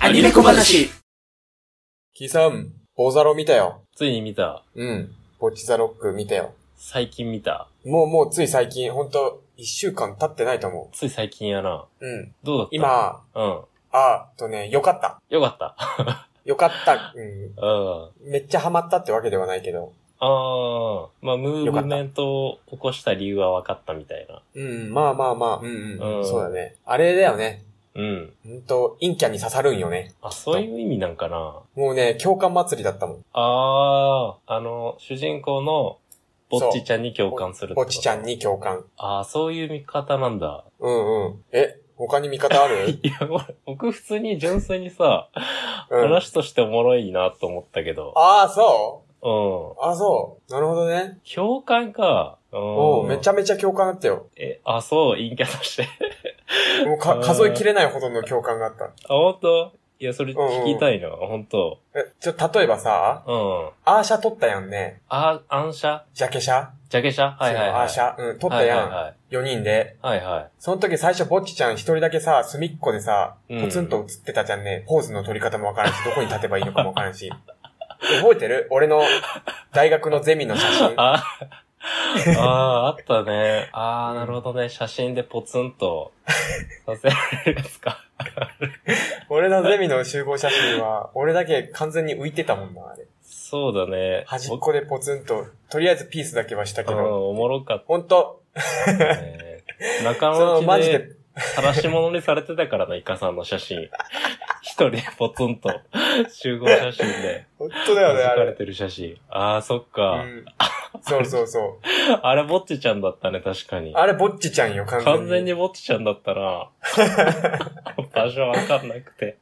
アニメ小話キーさん、大ザロ見たよ。ついに見た。うん。ポチザロック見たよ。最近見た。もうもうつい最近、ほんと、一週間経ってないと思つい最近やな。う。うん。どうだった。今、うん。あーとね、よかった。よかった。よかった。ううん。ん。めっちゃハマったってわけではないけど。あー。まあ、ムーよかっブたメントを起こした理由は分かったみたいな。うん、まあまあまあ、うんうん。うんそうだね。あれだよね。うん。ほんと、陰キャに刺さるんよね。あ、そういう意味なんかな。もうね、共感祭りだったもん。あー。あの、主人公の、ぼっちちゃんに共感するってこポとチちゃん。に共感。あー、そういう見方なん だ。うんうん。え、他に見方あ るいや、俺僕普通に純粋にさ、うん。話としておもろいなと思ったけど。ああ、そううん。あそう。なるほどね。共感か。うんおうめちゃめちゃ共感あったよ。え、あ、そう、陰キャとして。もうかうん数えきれないほどの共感があった。あ、本当いや、それ聞きたいな、本当え、ちょ、例えばさ、うん。アーシャ撮ったやんね。あ、暗射ジャケシャジャケ写はいはいはい。アーシャ、うん、撮ったはいやん。は4人で。いはい。はいはい。その時最初、ぼっちちゃん一人だけさ、隅っこでさ、うんポツンと映ってたじゃんね。ポーズの撮り方もわからんし、どこに立てばいいのかもわからんし。 覚えてる俺の大学のゼミの写 真。あ、あー、あったね。あー、なるほどね。写真でポツンとさせられるやつか。俺のゼミの集合写真は、俺だけ完全に浮いてたもんな、あれ。そうだね。端っこでポツンと、とりあえずピースだけはしたけ僕うん、ど。おもろかっほんと、たね。仲その間マ内ジでで、晒し物にされてたからな、イカさんの写真。一人でポツンと集合写真で。ほんとだよね、弾あかれれ。てる写真。ああ、そっか。うんそうそうそう。あれ、ぼっちちゃんだったね、確かに。あれ、ぼっちちゃんよ、完全に。完全にぼっちちゃんだった な。場所わかんなくて。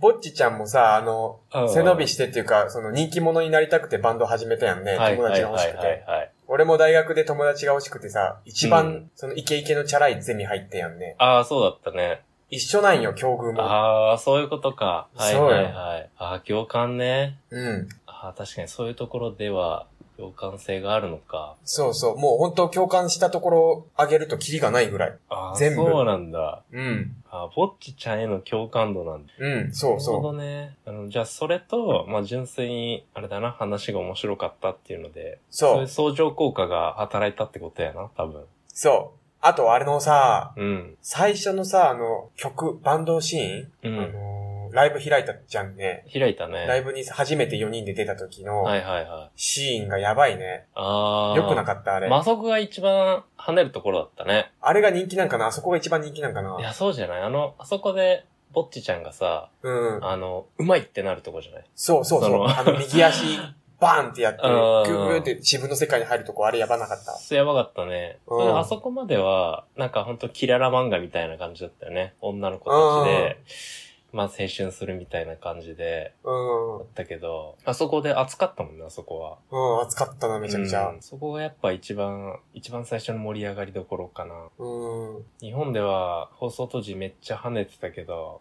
ぼっちちゃんもさ、あの、うん背伸びしてっていうか、その人気者になりたくてバンド始めたやんね。はい友はい達はがい欲しくはいて。はい。俺も大学で友達が欲しくてさ、一番、うんそのイケイケのチャラいゼミ入ってやんね。ああ、そうだったね。一緒なんよ、境遇も。ああ、そういうことか。はいそうよはいはい。ああ、共感ね。うん。ああ、確かにそういうところでは共感性があるのか。そうそう。もう本当共感したところを上げるとキリがないぐらい。ああ、全部そうなんだ。うん。ああ、ぼっちちゃんへの共感度なんだ。うん、そうなるほそどね。あの、じゃあ、それと、まあ、純粋に、あれだな、話が面白かったっていうので、う。そそういうう。相乗効果が働いたってことやな、多分。そう。あと、あれのさ、うん。最初のさ、あの、曲、バンドシーン、うあん。のーライブ開いたじゃんね。開いたね。ライブに初めて4人で出た時のはいはいはい。シーンがやばいね。あー。良くなかった、あれ。魔族が一番跳ねるところだったね。あれが人気なんかなあそこが一番人気なんかないや、そうじゃないあの、あそこで、ぼっちちゃんがさ、うん。あの、うまいってなるとこじゃないそうそうそそう。のあの、右足、 バーンってやって、グうんーグーって自分の世界に入るとこ、あれやばなかった。そうやばかったね。うそんれであそこまでは、なんかほんとキララ漫画みたいな感じだったよね。女の子たちで、まあ青春するみたいな感じで、うん。うだったけど、あそこで熱かったもんね、あそこは。ん、熱かったな、めちゃくちゃうん。そこがやっぱ一番、一番最初の盛り上がりどころかな。うん。うん。日本では放送当時めっちゃ跳ねてたけど、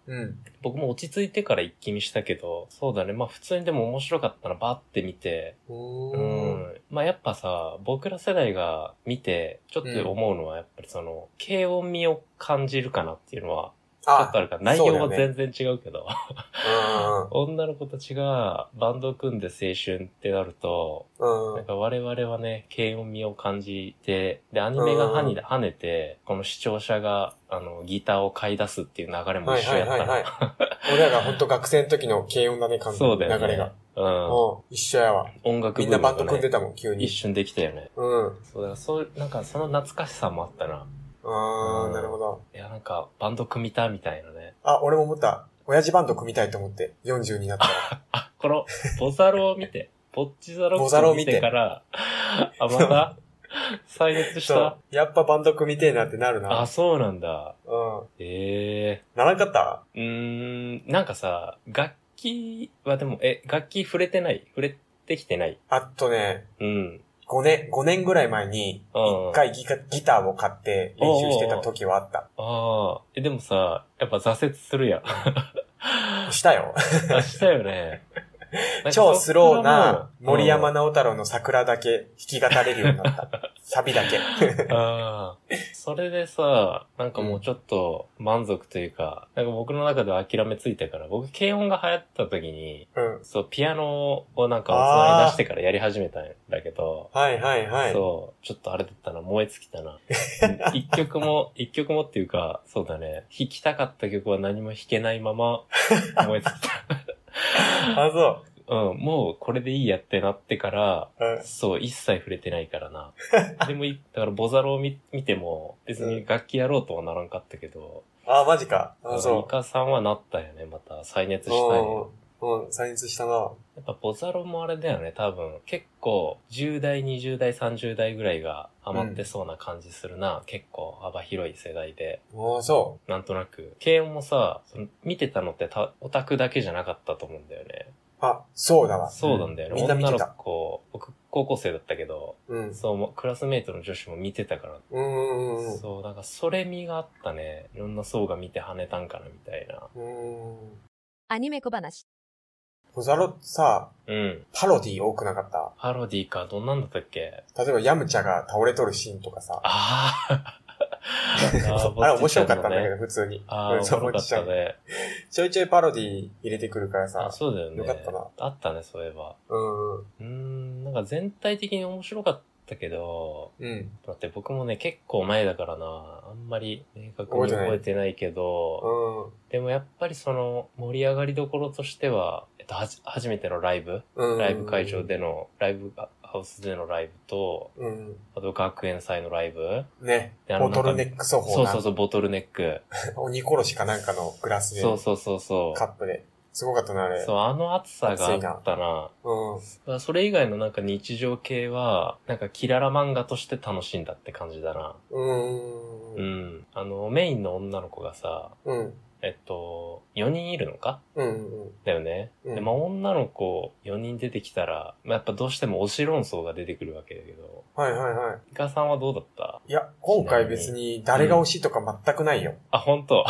僕も落ち着いてから一気見したけど、そうだね。まあ普通にでも面白かったな、バーって見て。ううん。ん。まあやっぱさ、僕ら世代が見て、ちょっと思うのはやっぱりその、軽音味を感じるかなっていうのは、ちょっとあるから、内容は全然違うけど、 うん女の子たちがバンドを組んで青春ってなると、うん。うなんん。か我々はね、軽音味を感じて、で、アニメが跳ね跳ねて、この視聴者が、あの、ギターを買い出すっていう流れもは一い緒はいやっはいたはいな。。俺らがほんと学生の時の軽音だね、感じ。そうだよね。流れが。うんう。ん。一緒やわ。音楽みんブーなムがバンド組んでたもん、急一に。瞬できたよね。うん。あそうだ、そう、なんかその懐かしさもあったな。あうー、んなるほど。いや、なんか、バンド組みたいみたいなね。あ、俺も思った。親父バンド組みたいと思って、40になったら。あ、この、ボザロを見 て、ボッチザロボザをロを見見ててから、あ、また、再熱しそたう。。やっぱバンド組みてえなってなるな。あ、そうなんだ。うん。えならんかったえー。うーん、なんかさ、楽器はでも、え、楽器触れてない触れてきてないあとね、うん。 5年、5年ぐらい前に、うん一回ギタギターを買って練習してた時はあった。ああ。え、でもさ、やっぱ挫折するやん。 したよ。あしたよね。 超スローな森山の。 直太郎の桜だけ弾き語れるようになった。サビだけ。ああ。それでさ、なんかもうちょっと満足というか、なんか僕の中では諦めついたから、僕、軽音が流行った時に、うん。そう、ピアノをなんかおつまみ出してからやり始めたんだけど、はいはいはい。そう、ちょっとあれだったな、燃え尽きたな。一曲も、 一曲もっていうか、そうだね、弾きたかった曲は何も弾けないまま、燃え尽きあ、そた。 うん、もうこれでいいやってなってから、う。うん。そう、一切触れてないから な。でもい、だから、ボザロを見見ても、別に楽器やろうとはならんかったけど、あ、マジか。だからあ、そイカさんはなったよね、また。再熱う。したいよ。うん。うん、再熱したな。やっぱ、ボザロもあれだよね、多分。結構、10代、20代、30代ぐらいがハマってそうな感じするな。結構、幅広い世代で。あ、そなんとなく。軽音もさ、その見てたのってたオタクだけじゃなかったと思うんだよね。う。あ、そうだわ。そうなんだよね。みんな見女てのた。子、僕、高校生だったけど、うん。うんそう、もうクラスメイトの女子も見てたから、うんうんうん。そう、なんかそれ味があったね。いろんな層が見て跳ねたんかな、みたいな。うん。アニメ小話。ホザロさ、うん。パロディ多くなかっパロディか、どんなんだったっけた。例えば、ヤムチャが倒れとるシーンとかさ。 あーあー、あれ面白かったんだけど。ど、普通に。ああ、う面んそう白かったぼっね。ちゃんちょいちょいパロディ入れてくるからさあ、。そうだよね。よかったなあったね、そういえば。うんうん。うーん、なんか全体的に面白かったけど、うん。待って、僕もね、結構前だからな、あんまり明確に覚えてないけど、うん。でもやっぱりその盛り上がりどころとしては、えっと、はじ、初めてのライブうん。ライブ会場。での、ライブハウスでのライブと、うん。あと学園祭のライブ。ね。であのボトルネック奏法そうなそうそう、ボトルネック。鬼殺しかなんかのグラスで、そうそうそうそカップで。すごかったな、あう。れ。そう、あの暑さがあったな。うん。まあそれ以外のなんか日常系は、なんかキララ漫画として楽しんだって感じだな。うん。ううん。ん。あの、メインの女の子がさ、うん。えっと、4人いるのかうん。だよね。うんで、まあ女の子4人出てきたら、まあやっぱどうしても推し論争が出てくるわけだけど、はいはいはい。イカさんはどうだったいや、今回別に誰が推しとか全くないよ。あ、本当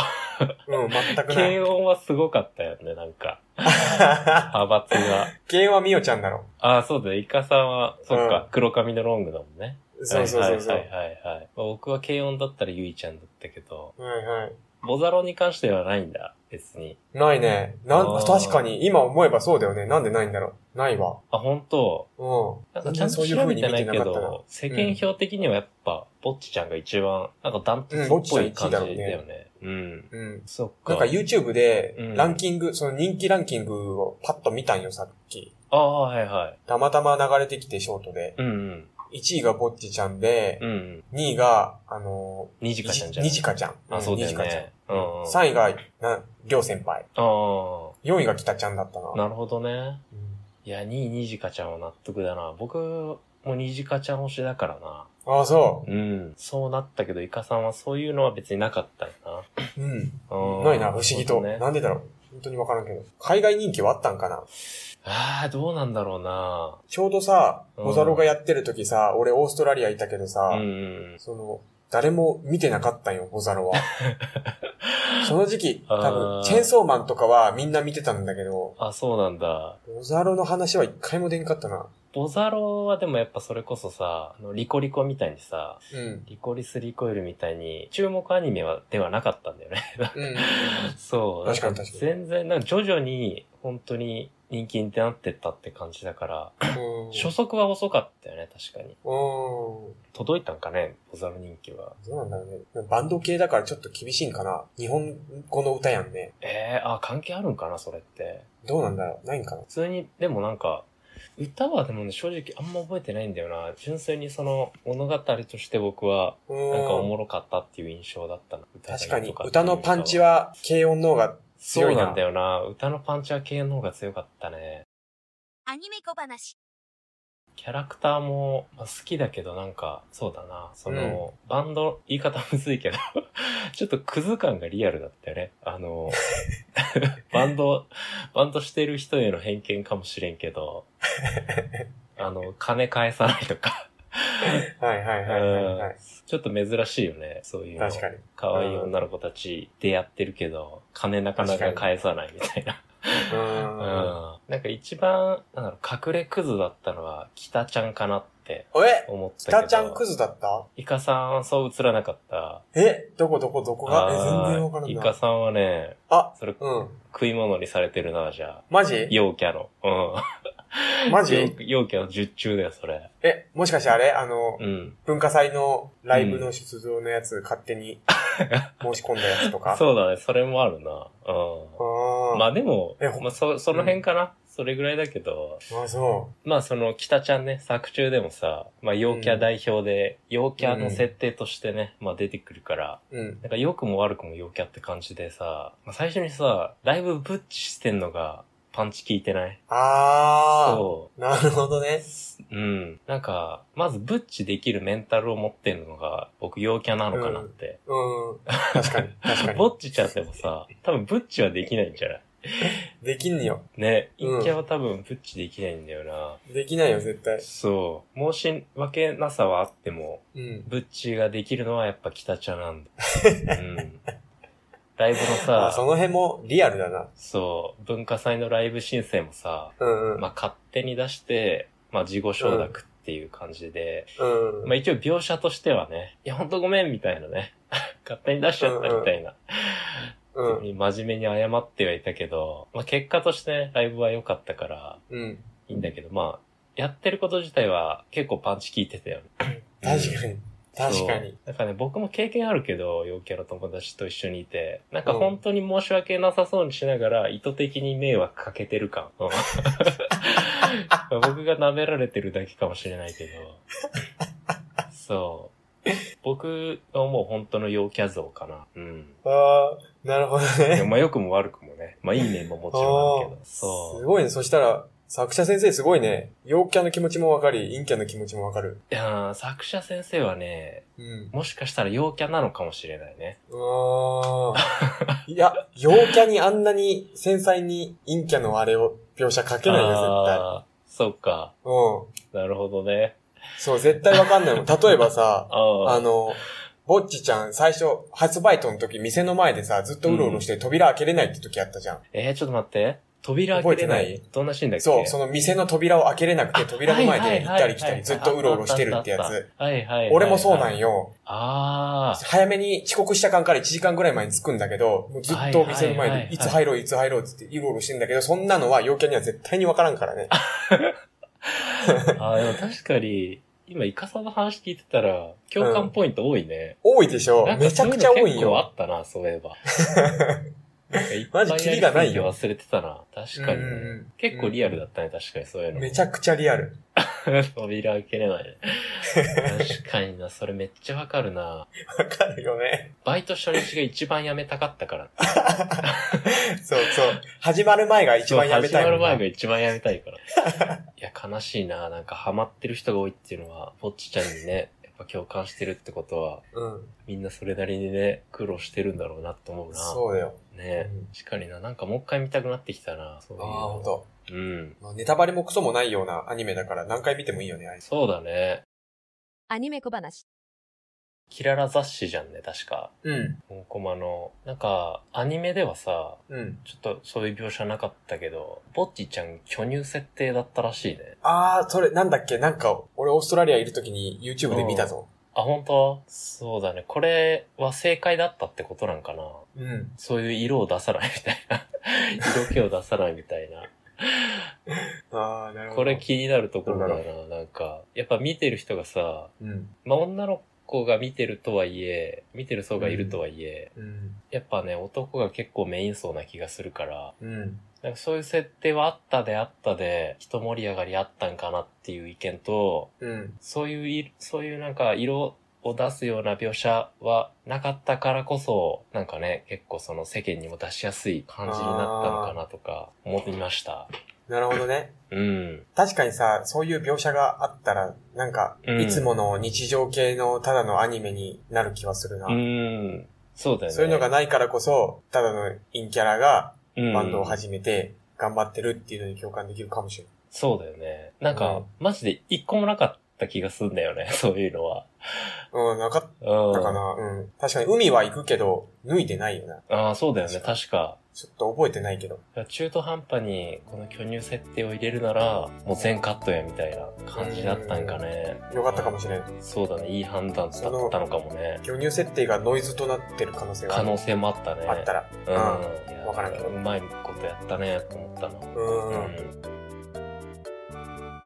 うん、全くない。軽音はすごかったよね、なんか。 派閥が。慶はみおちゃんだろ。ああ、そうだよ。イカさんは、そっうか、黒髪のロングだもんね。そうそうそうそう。はいはいはいはい、はい。僕は軽音だったらゆいちゃんだったけど、はいはい。ボザロに関してはないんだ、別に。ないね。なあん、ー確かに、今思えばそうだよね。なんでないんだろう。ないわ。あ、本当う。なんんかちゃんと調べてないけ全然そういう風に見てなかったなど、世間評的にはやっぱ、ボッチちゃんが一番、なんかダントツっうんボッチちぽゃんい一感位じだだろうねよね。うん。うん。そっなんか。か YouTube でうん、ランキング、その人気ランキングをパッと見たんよ、さっき。ああ、はいはい。たまたま流れてきて、ショートで。うんうん。 1位がぼっちちゃんでう、んうん。 2位が、あのにー、じかちゃんじゃん。にじかちゃん。あ、そうだよにじかちゃんね。うんうん。 3位が、な、りょう先輩。ああ。 4位がきたちゃんだったな。なるほどね。うんいや、2位、にじかちゃんは納得だな。僕もにじかちゃん推しだからな。ああ、そうん。そうなったけど、イカさんはそういうのは別になかったよう。うん。な。うんないな、不思議と。そうねな、んでだろう。本当にわからんけど。海外人気はあったんかなああ、どうなんだろうな。ちょうどさ、うんボザロがやってる時さ、俺オーストラリアいたけどさ、うん。その、誰も見てなかったんよ、ボ ザロは。その時期、多あー分、チェーンソーマンとかはみんな見てたんだけど、あ、そうなんだ。ボザロの話は一回も出んかったな。ボザロはでもやっぱそれこそさ、あのリコリコみたいにさ、うん。リコリスリコイルみたいに、注目アニメは、ではなかったんだよね。うん。 そう。確かになん確かに全然、なんか徐々に、本当に人気になってったって感じだから、うん。 初速は遅かったよね、確かに。うん。届いたんかね、ボザロ人気は。どうなんだろうね。バンド系だからちょっと厳しいんかな。日本語の歌やんね。ええあ、関係あるんかな、それって。どうなんだろうないんかな普通に、でもなんか、歌はでもね、正直あんま覚えてないんだよな。純粋にその物語として僕は、うなんかおん。もろかったっていう印象だったな。歌だけ確かにと、っていう歌よりのパンチは、は、軽音の方が、そ強ういななんだよな。歌のパンチは系の方が強かったね。アニメ小話。キャラクターも、まあ、好きだけどなんか、そうだな。その、バンド、言い方むずいけど、 ちょっとクズ感がリアルだったよね。あ の、バンド、バンドしてる人への偏見かもしれんけど、あの、金返さないとか、はいはいはいはいはういん。ちょっと珍しいよね。そういうの。確かに。可愛い女の子たちでやってるけど、金なかなか返さないみたいな。うん。うん。なんか一番、なんだろう、隠れクズだったのは、北ちゃんかなっってえ思ったけど。北ちゃんクズだったイカさん、そう映らなかった。えどこどこどこがえ、あー全然わからイんカない。さんはね、あ、それ、うん。食い物にされてるな、じゃあ。マジ陽キャの。うマん。ジ陽陽キャの術中だよ、それ。え、もしかしてあれあの、うん。文化祭のライブの出場のやつ、勝手に申し込んだやつとか。 そうだね、それもあるな。うあん。ーまあでもえほ、まあそ、その辺かな。それぐらいだけど、あ、そまあその、北ちゃんね、作中でもさ、まあ陽キャ代表で、陽キャの設定としてね、まあ出てくるから、う。うん。なんか良くも悪くも陽キャって感じでさ、まあ、最初にさ、だいぶブッチしてんのが、パンチ効いてないあー。そなるほどね。う。うん。なんか、まずブッチできるメンタルを持ってるのが、僕陽キャなのかなって。うん。確かに、確かぼに。っちちゃってもさ、多分ブッチはできないんじゃないできんよ。ね。陰うんキャは多分ブッチできないんだよな。できないよ、絶対。そう。申し訳なさはあっても、うん。ブッチができるのはやっぱ北ちゃんなんだ。うん。ライブのさ、あ その辺もリアルだな。そう、文化祭のライブ申請もさ、うんうん。まあ、勝手に出して、まあ、自己承諾っていう感じで、うん。まあ、一応描写としてはね、いや、ほんとごめんみたいなね、 勝手に出しちゃったみたいな、うん。真面目に謝ってはいたけど、まあ、結果としてね、ライブは良かったから、うん。いいんだけど、まあ、やってること自体は結構パンチ効いてたよね。確かに。確かにそう。。なんかね、僕も経験あるけど、陽キャの友達と一緒にいて、なんか本当に申し訳なさそうにしながら、意図的に迷惑かけてる感。うん 僕が舐められてるだけかもしれないけど。そう。僕はもう本当の陽キャ像かな。うん。ああ、なるほどでね。もまあ良くも悪くもね。まあいい面ももちろん あるけど。あーすそう。ごいね。そしたら、作者先生すごいね。陽キャの気持ちもわかり、陰キャの気持ちもわかる。いやー作者先生はね、うん。もしかしたら陽キャなのかもしれないね。あ あ。いや、陽キャにあんなに繊細に陰キャのあれを描写かけないよ、絶対。あーそうか。うん。なるほどね。そう、絶対わかんない もん。例えばさ、ああ。あの、ぼっちちゃん最初、初バイトの時、店の前でさ、ずっとうろうろして扉開けれないって時あったじゃん。えー、ちょっと待って。扉開けれない覚えてどんなシーンだっけそう、その店の扉を開けれなくて、扉の前で行ったり来たり、ずっとうろうろしてるってやつ。。はいはいはいはいはい。俺もそうなんや。よ。ああ。早めに遅刻した間から1時間ぐらい前に着くんだけど、もうずっとお店のはいはいはい前はで、いいつ入ろう、いつ入ろうって言って、うろうろしてんだけど、そんなのは陽キャには絶対にわからんからね。あーでも確かに、今、イカさんの話聞いてたら、共感ポイント多いね。多いでしょなんかめちゃくちゃ多そうういの結構あよ。ったな、そういえば。なんかいっぱ マいジキリがないよやりすぎて忘れてたな。確かにねうんうんうん結構リアルだったね、確かにそういうの。めちゃくちゃリアル。 扉開けれないね。確かにな、それめっちゃわかるな。わかるよね。バイト初日が一番やめたかったから。そうそう。始まる前が一番やめたいそう始まもるんな。前が一番やめたいから。 いや、悲しいな。なんかハマってる人が多いっていうのは、ぼっちちゃんにね、やっぱ共感してるってことは、うん。みんなそれなりにね、苦労してるんだろうなと思うな。そうだよ。ねうん確かにな。なんかもう一回見たくなってきたな。そういうああの、ほんと。うん。まあネタバレもクソもないようなアニメだから何回見てもいいよね、あれそうだね。アニメ小話。キララ雑誌じゃんね、確か。うん。本コマの。なんか、アニメではさ、うん。ちょっとそういう描写なかったけど、ぼっちちゃん巨乳設定だったらしいね。あー、それ、なんだっけなんか、俺オーストラリアいる時に YouTube で見たぞ。あ、本当そうだね。これは正解だったってことなんかな。うん。そういう色を出さないみたいな。 色気を出さないみたいな。あー、なるほど。これ気になるところだな。なんか、やっぱ見てる人がさ、うん。まあ、女の子が見てるとはいえ、見てる層がいるとはいえ、うん。やっぱね、男が結構メイン層な気がするから、うん。なんかそういう設定はあったであったで、一盛り上がりあったんかなっていう意見と、うん。そういうい、そういうなんか色を出すような描写はなかったからこそ、なんかね、結構その世間にも出しやすい感じになったのかなとか思いました。なるほどね。うん。確かにさ、そういう描写があったら、なんか、うんいつもの日常系のただのアニメになる気はするな。うん。そうだよね。そういうのがないからこそ、ただのインキャラがうん、バンドを始めて、頑張ってるっていうのに共感できるかもしれない。そうだよね。なんか、うんマジで一個もなかったった気がすんだよね、 そういうのは。うん、なかっうん。たかな。うん。確かに海は行くけど、脱いでないよな。ああ、そうだよね、確か。ちょっと覚えてないけど。中途半端にこの巨乳設定を入れるなら、もう全カットやみたいな感じだったんかね。よかったかもしれん。そうだね、いい判断だったのかもね。巨乳設定がノイズとなってる可能性があ可る能性もあったね。あったら。うん。いやわからんけどうまいことやったね、と思ったの。うん。うん